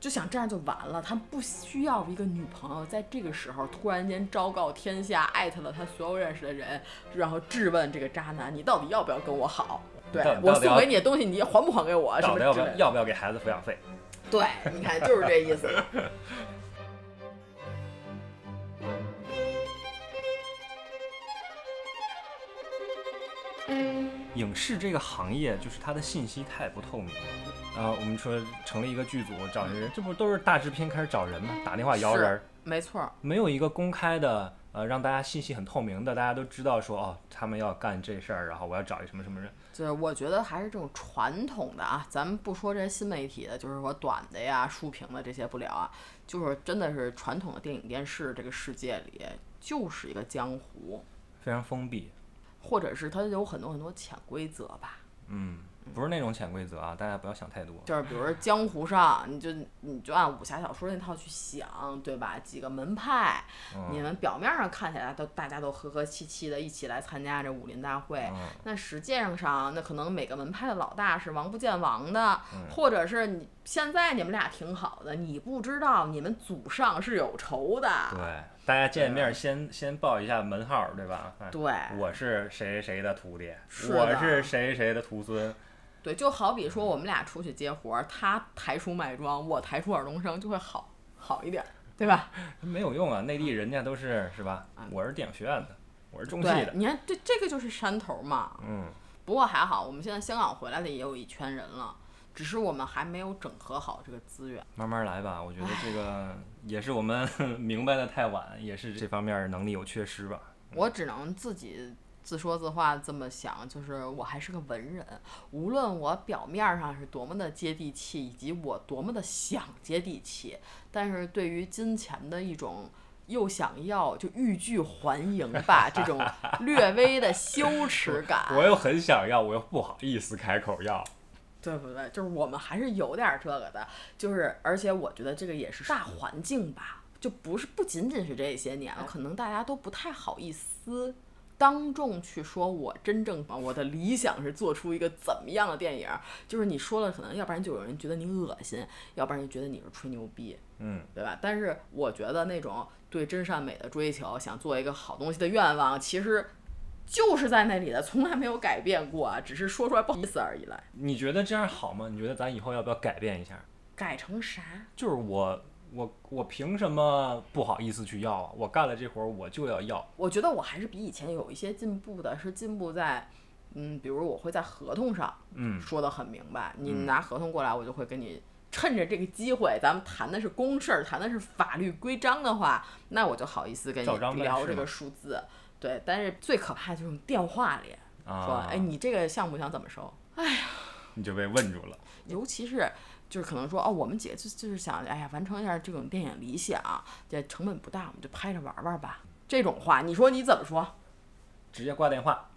E: 就想这样就完了，他不需要一个女朋友在这个时候突然间昭告天下，艾特了他所有认识的人，然后质问这个渣男，你到底要不要跟我好？对
D: 到底
E: 我
D: 到底
E: 送
D: 要
E: 给你的东西，你还不还给我？啊什
D: 到
E: 么
D: 底要
E: 之
D: 不
E: 类
D: 要
E: 的。
D: 要不要给孩子抚养费？
E: 对，你看就是这 意思。
D: 影视这个行业就是它的信息太不透明了。啊，我们说成立一个剧组找人，这不都是大制片开始找人吗？打电话摇人儿
E: 嗯是，没错儿，
D: 没有一个公开的，呃，让大家信息很透明的，大家都知道说哦，他们要干这事儿，然后我要找一什么什么人。
E: 就是我觉得还是这种传统的啊，咱们不说这些新媒体的，就是说短的呀、书评的这些不聊啊，就是真的是传统的电影电视这个世界里，就是一个江湖，
D: 非常封闭。
E: 或者是它有很多很多潜规则吧。
D: 嗯，不是那种潜规则啊，大家不要想太多。
E: 就是比如说江湖上，你就你就按武侠小说那套去想，对吧？几个门派，你
D: 嗯
E: 们表面上看起来都大家都和和气气的，一起来参加这武林大会，
D: 嗯
E: 那实际上上，那可能每个门派的老大是王不见王的，
D: 嗯
E: 或者是你现在你们俩挺好的，你不知道你们祖上是有仇的，
D: 对，大家见面先先报一下门号，对吧？哎
E: 对
D: 我是谁谁谁的徒弟，
E: 是的
D: 我是谁谁谁的徒孙，
E: 对就好比说我们俩出去接活儿，他抬出卖庄，我抬出尔冬升，就会好好一点儿，对吧？
D: 没有用啊！内地人家都是是吧？我是电影学院的，我是中戏
E: 嗯啊对嗯
D: 的，，
E: 你看这这个就是山头嘛。
D: 嗯，
E: 不过还好，我们现在香港回来的也有一圈人了，只是我们还没有整合好这个资源。
D: 慢慢来吧。我觉得这个也是我们 明白的太晚，也是这方面能力有缺失吧。，
E: 我只能自己自说自话这么想，就是我还是个文人，无论我表面上是多么的接地气，以及我多么的想接地气，但是对于金钱的一种。又想要就欲拒还迎吧，这种略微的羞耻感
D: 我又很想要，我又不好意思开口要，
E: 对不对？就是我们还是有点儿这个的，就是而且我觉得这个也是大环境吧，就不是不仅仅是这些年了，可能大家都不太好意思当众去说我真正我的理想是做出一个怎么样的电影儿，就是你说了，可能要不然就有人觉得你恶心，要不然就觉得你是吹牛逼，
D: 嗯，
E: 对吧？但是我觉得那种对真善美的追求，想做一个好东西的愿望，其实。就是在那里的，从来没有改变过啊，只是说出来不好意思而已了。
D: 你觉得这样好吗？你觉得咱以后要不要改变一下？
E: 改成啥？
D: 就是我我我凭什么不好意思去要啊？我干了这活儿我就要要，
E: 我觉得我还是比以前有一些进步的，是进步在，嗯，比如我会在合同上
D: 嗯
E: 说得很明白，你拿合同过来，我就会跟你。趁着这个机会，咱们谈的是公事儿，谈的是法律规章的话，那我就好意思跟
D: 照章
E: 你
D: 办
E: 聊
D: 事
E: 这个
D: 嘛
E: 数字。对，但是最可怕的就是电话里说，
D: 啊，
E: 哎，你这个项目想怎么收？
D: 你就被问住了，
E: 尤其是就是可能说哦，我们几个就就是想，哎呀，完成一下这种电影理想，这成本不大，我们就拍着玩玩吧。这种话，你说你怎么说？
D: 直接挂电话。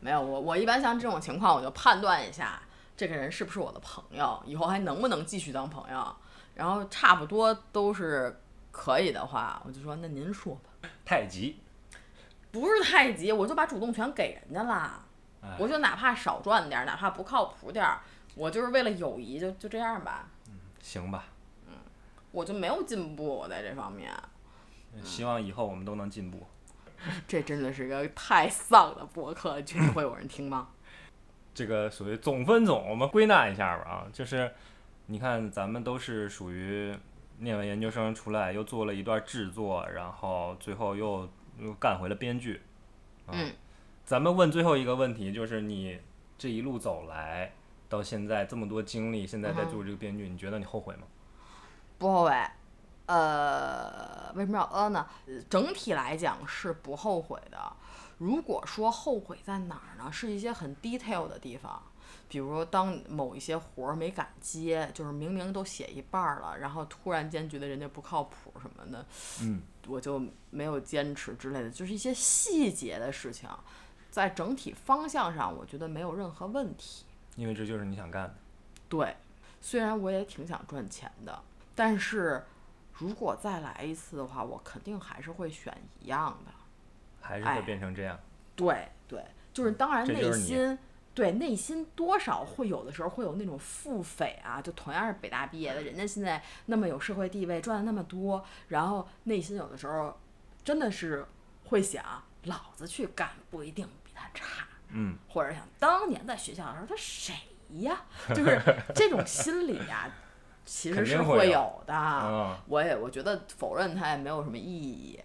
E: 没有，我我一般像这种情况，我就判断一下这个人是不是我的朋友，以后还能不能继续当朋友。然后差不多都是可以的话，我就说那您说吧，
D: 太极，
E: 不是太急，我就把主动权给人家啦
D: 哎。
E: 我就哪怕少赚点儿，哪怕不靠谱点儿，我就是为了友谊，就就这样吧。
D: 行吧？
E: 我就没有进步，我在这方面，嗯
D: 希望以后我们都能进步。
E: 这真的是个太丧的博客，觉得会有人听吗？
D: 这个所谓总分总，我们归纳一下吧啊，就是你看咱们都是属于念完研究生出来，又做了一段制作，然后最后又又干回了编剧。啊、
E: 嗯，
D: 咱们问最后一个问题，就是你这一路走来到现在这么多经历，现在
E: 嗯
D: 在做这个编剧，你觉得你后悔吗？
E: 不后悔，呃，为什么要呃呢？呃整体来讲是不后悔的。如果说后悔在哪儿呢？是一些很 detail 的地方，比如当某一些活儿没敢接，就是明明都写一半儿了，然后突然间觉得人家不靠谱什么的，
D: 嗯，
E: 我就没有坚持之类的，就是一些细节的事情，在整体方向上，我觉得没有任何问题。
D: 因为这就是你想干的。
E: 对，虽然我也挺想赚钱的，但是如果再来一次的话，我肯定还是会选一样的。
D: 还是
E: 哎
D: 会变成这样，
E: 对对，就是当然
D: 这
E: 内
D: 就是你
E: 心。对内心多少会有的时候会有那种腹诽啊，就同样是北大毕业的，人家现在那么有社会地位，赚的那么多，然后内心有的时候真的是会想，老子去干不一定比他差，
D: 嗯，
E: 或者想当年在学校的时候他谁呀，就是这种心理啊，其实
D: 肯定
E: 是
D: 会有
E: 有的。
D: 嗯
E: 我也我觉得否认它也没有什么意义，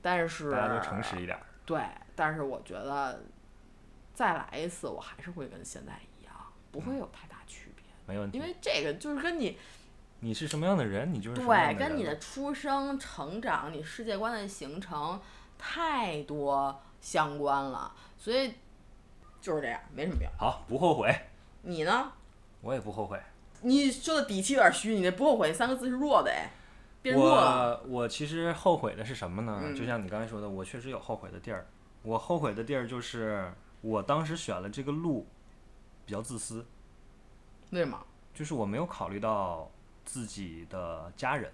E: 但是
D: 大
E: 啊
D: 家都诚实一点儿。
E: 对，但是我觉得再来一次，我还是会跟现在一样，不
D: 嗯
E: 会有太大区别，
D: 没问题
E: 因。为这个就是跟你
D: 你是什么样的人，你就是什么样
E: 对
D: 人
E: 跟你
D: 了
E: 的出生、成长、你世界观的形成太多相关了，所以就是这样，没什么用。
D: 好不后悔，
E: 你呢？
D: 我也不后悔。
E: 你说的底气有点虚，你那不后悔三个字是弱的哎，变弱了。
D: 我我其实后悔的是什么呢？
E: 嗯
D: 就像你刚才说的，我确实有后悔的地儿。我后悔的地儿就是我当时选了这个路比较自私，
E: 为什么？
D: 就是我没有考虑到自己的家人。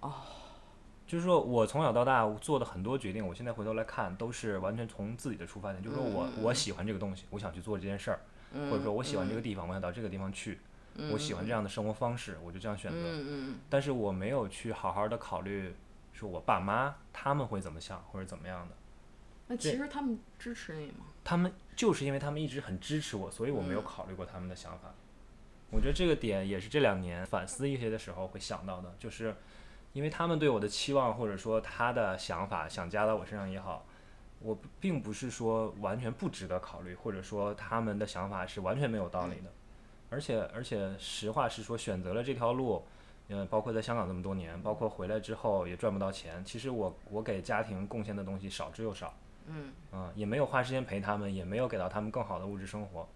D: 哦，就是说我从小到大做的很多决定，我现在回头来看，都是完全从自己的出发点，就是说
E: 嗯
D: 我我喜欢这个东西，我想去做这件事儿，或者说我喜
E: 嗯
D: 欢这个地方，我想到这个地方去，我喜欢这样的生活方式，我就这样选择。
E: 嗯
D: 但是我没有去好好的考虑，说我爸妈他们会怎么想或者怎么样的。
E: 嗯，那其实他们支持你吗？
D: 他们就是因为他们一直很支持我，所以我没有考虑过他们的想法。我觉得这个点也是这两年反思一些的时候会想到的，就是因为他们对我的期望或者说他的想法想加到我身上也好，我不并不是说完全不值得考虑，或者说他们的想法是完全没有道理的。而且而且实话实说，选择了这条路，嗯、包括在香港这么多年，包括回来之后也赚不到钱，其实我我给家庭贡献的东西少之又少。
E: 嗯
D: 嗯，也没有花时间陪他们，也没有给到他们更好的物质生活，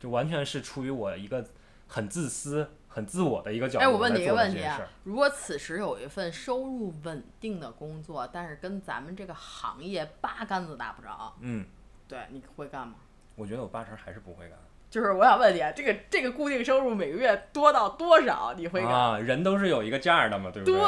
D: 就完全是出于我一个很自私、很自我的一个角度
E: 哎，
D: 来
E: 我
D: 做
E: 问
D: 的
E: 你
D: 这
E: 一个问题
D: 件事
E: 啊
D: 儿。，
E: 如果此时有一份收入稳定的工作，但是跟咱们这个行业八竿子打不着，
D: 嗯，
E: 对，你会干吗？
D: 我觉得我八成还是不会干。
E: 就是我想问你，啊这个这个固定收入每个月多到多少，你会干？
D: 啊，人都是有一个价儿的嘛，对不
E: 对，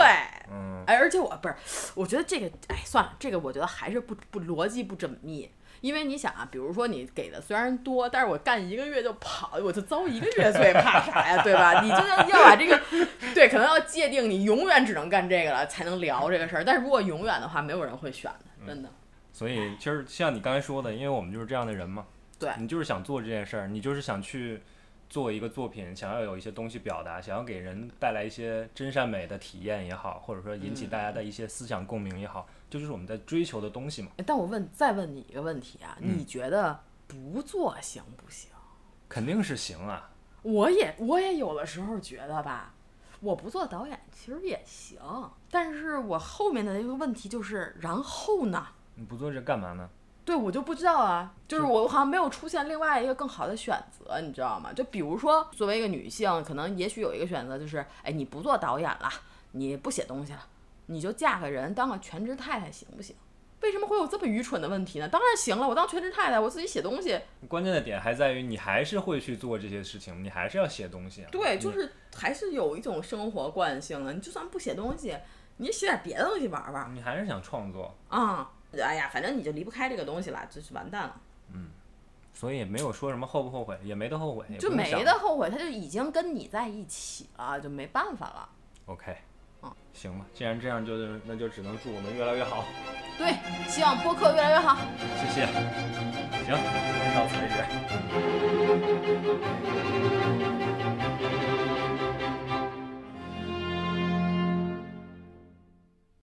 D: 嗯，
E: 哎，而且我不是，我觉得这个，哎，算了，这个我觉得还是不不逻辑不缜密，因为你想啊，比如说你给的虽然多，但是我干一个月就跑，我就遭一个月罪，怕啥呀，对吧？你就要要把这个， 对，可能要界定你永远只能干这个了才能聊这个事儿，但是如果永远的话，没有人会选的，真的。
D: 所以其实像你刚才说的，因为我们就是这样的人嘛，
E: 对
D: 你就是想做这件事儿，你就是想去做一个作品，想要有一些东西表达，想要给人带来一些真善美的体验也好，或者说引起大
E: 嗯
D: 家的一些思想共鸣也好，这就是我们在追求的东西嘛，
E: 哎但我问，再问你一个问题啊，你觉得不做行不行？
D: 肯定是行啊。
E: 我也我也有的时候觉得吧，我不做导演其实也行，但是我后面的一个问题就是，然后呢？
D: 你不做这干嘛呢？
E: 对我就不知道啊，就是我好像没有出现另外一个更好的选择，你知道吗？就比如说，作为一个女性，可能也许有一个选择就是，哎，你不做导演了，你不写东西了，你就嫁个人当个全职太太行不行？为什么会有这么愚蠢的问题呢？当然行了，我当全职太太，我自己写东西，
D: 关键的点还在于你还是会去做这些事情，你还是要写东西啊。
E: 对，
D: 你
E: 就是还是有一种生活惯性的。你就算不写东西，你也写点别的东西玩玩
D: 你还是想创作，
E: 啊、哎呀，反正你就离不开这个东西了，就是完蛋了，
D: 所以也没有说什么后不后悔，也没得后悔，也
E: 就
D: 不用
E: 没
D: 想
E: 得。后悔，他就已经跟你在一起了，就没办法了。
D: OK，
E: 嗯
D: 行吧，既然这样就是那就只能祝我们越来越好，
E: 对，希望播客越来越好。
D: 谢谢。行，今天到此为止。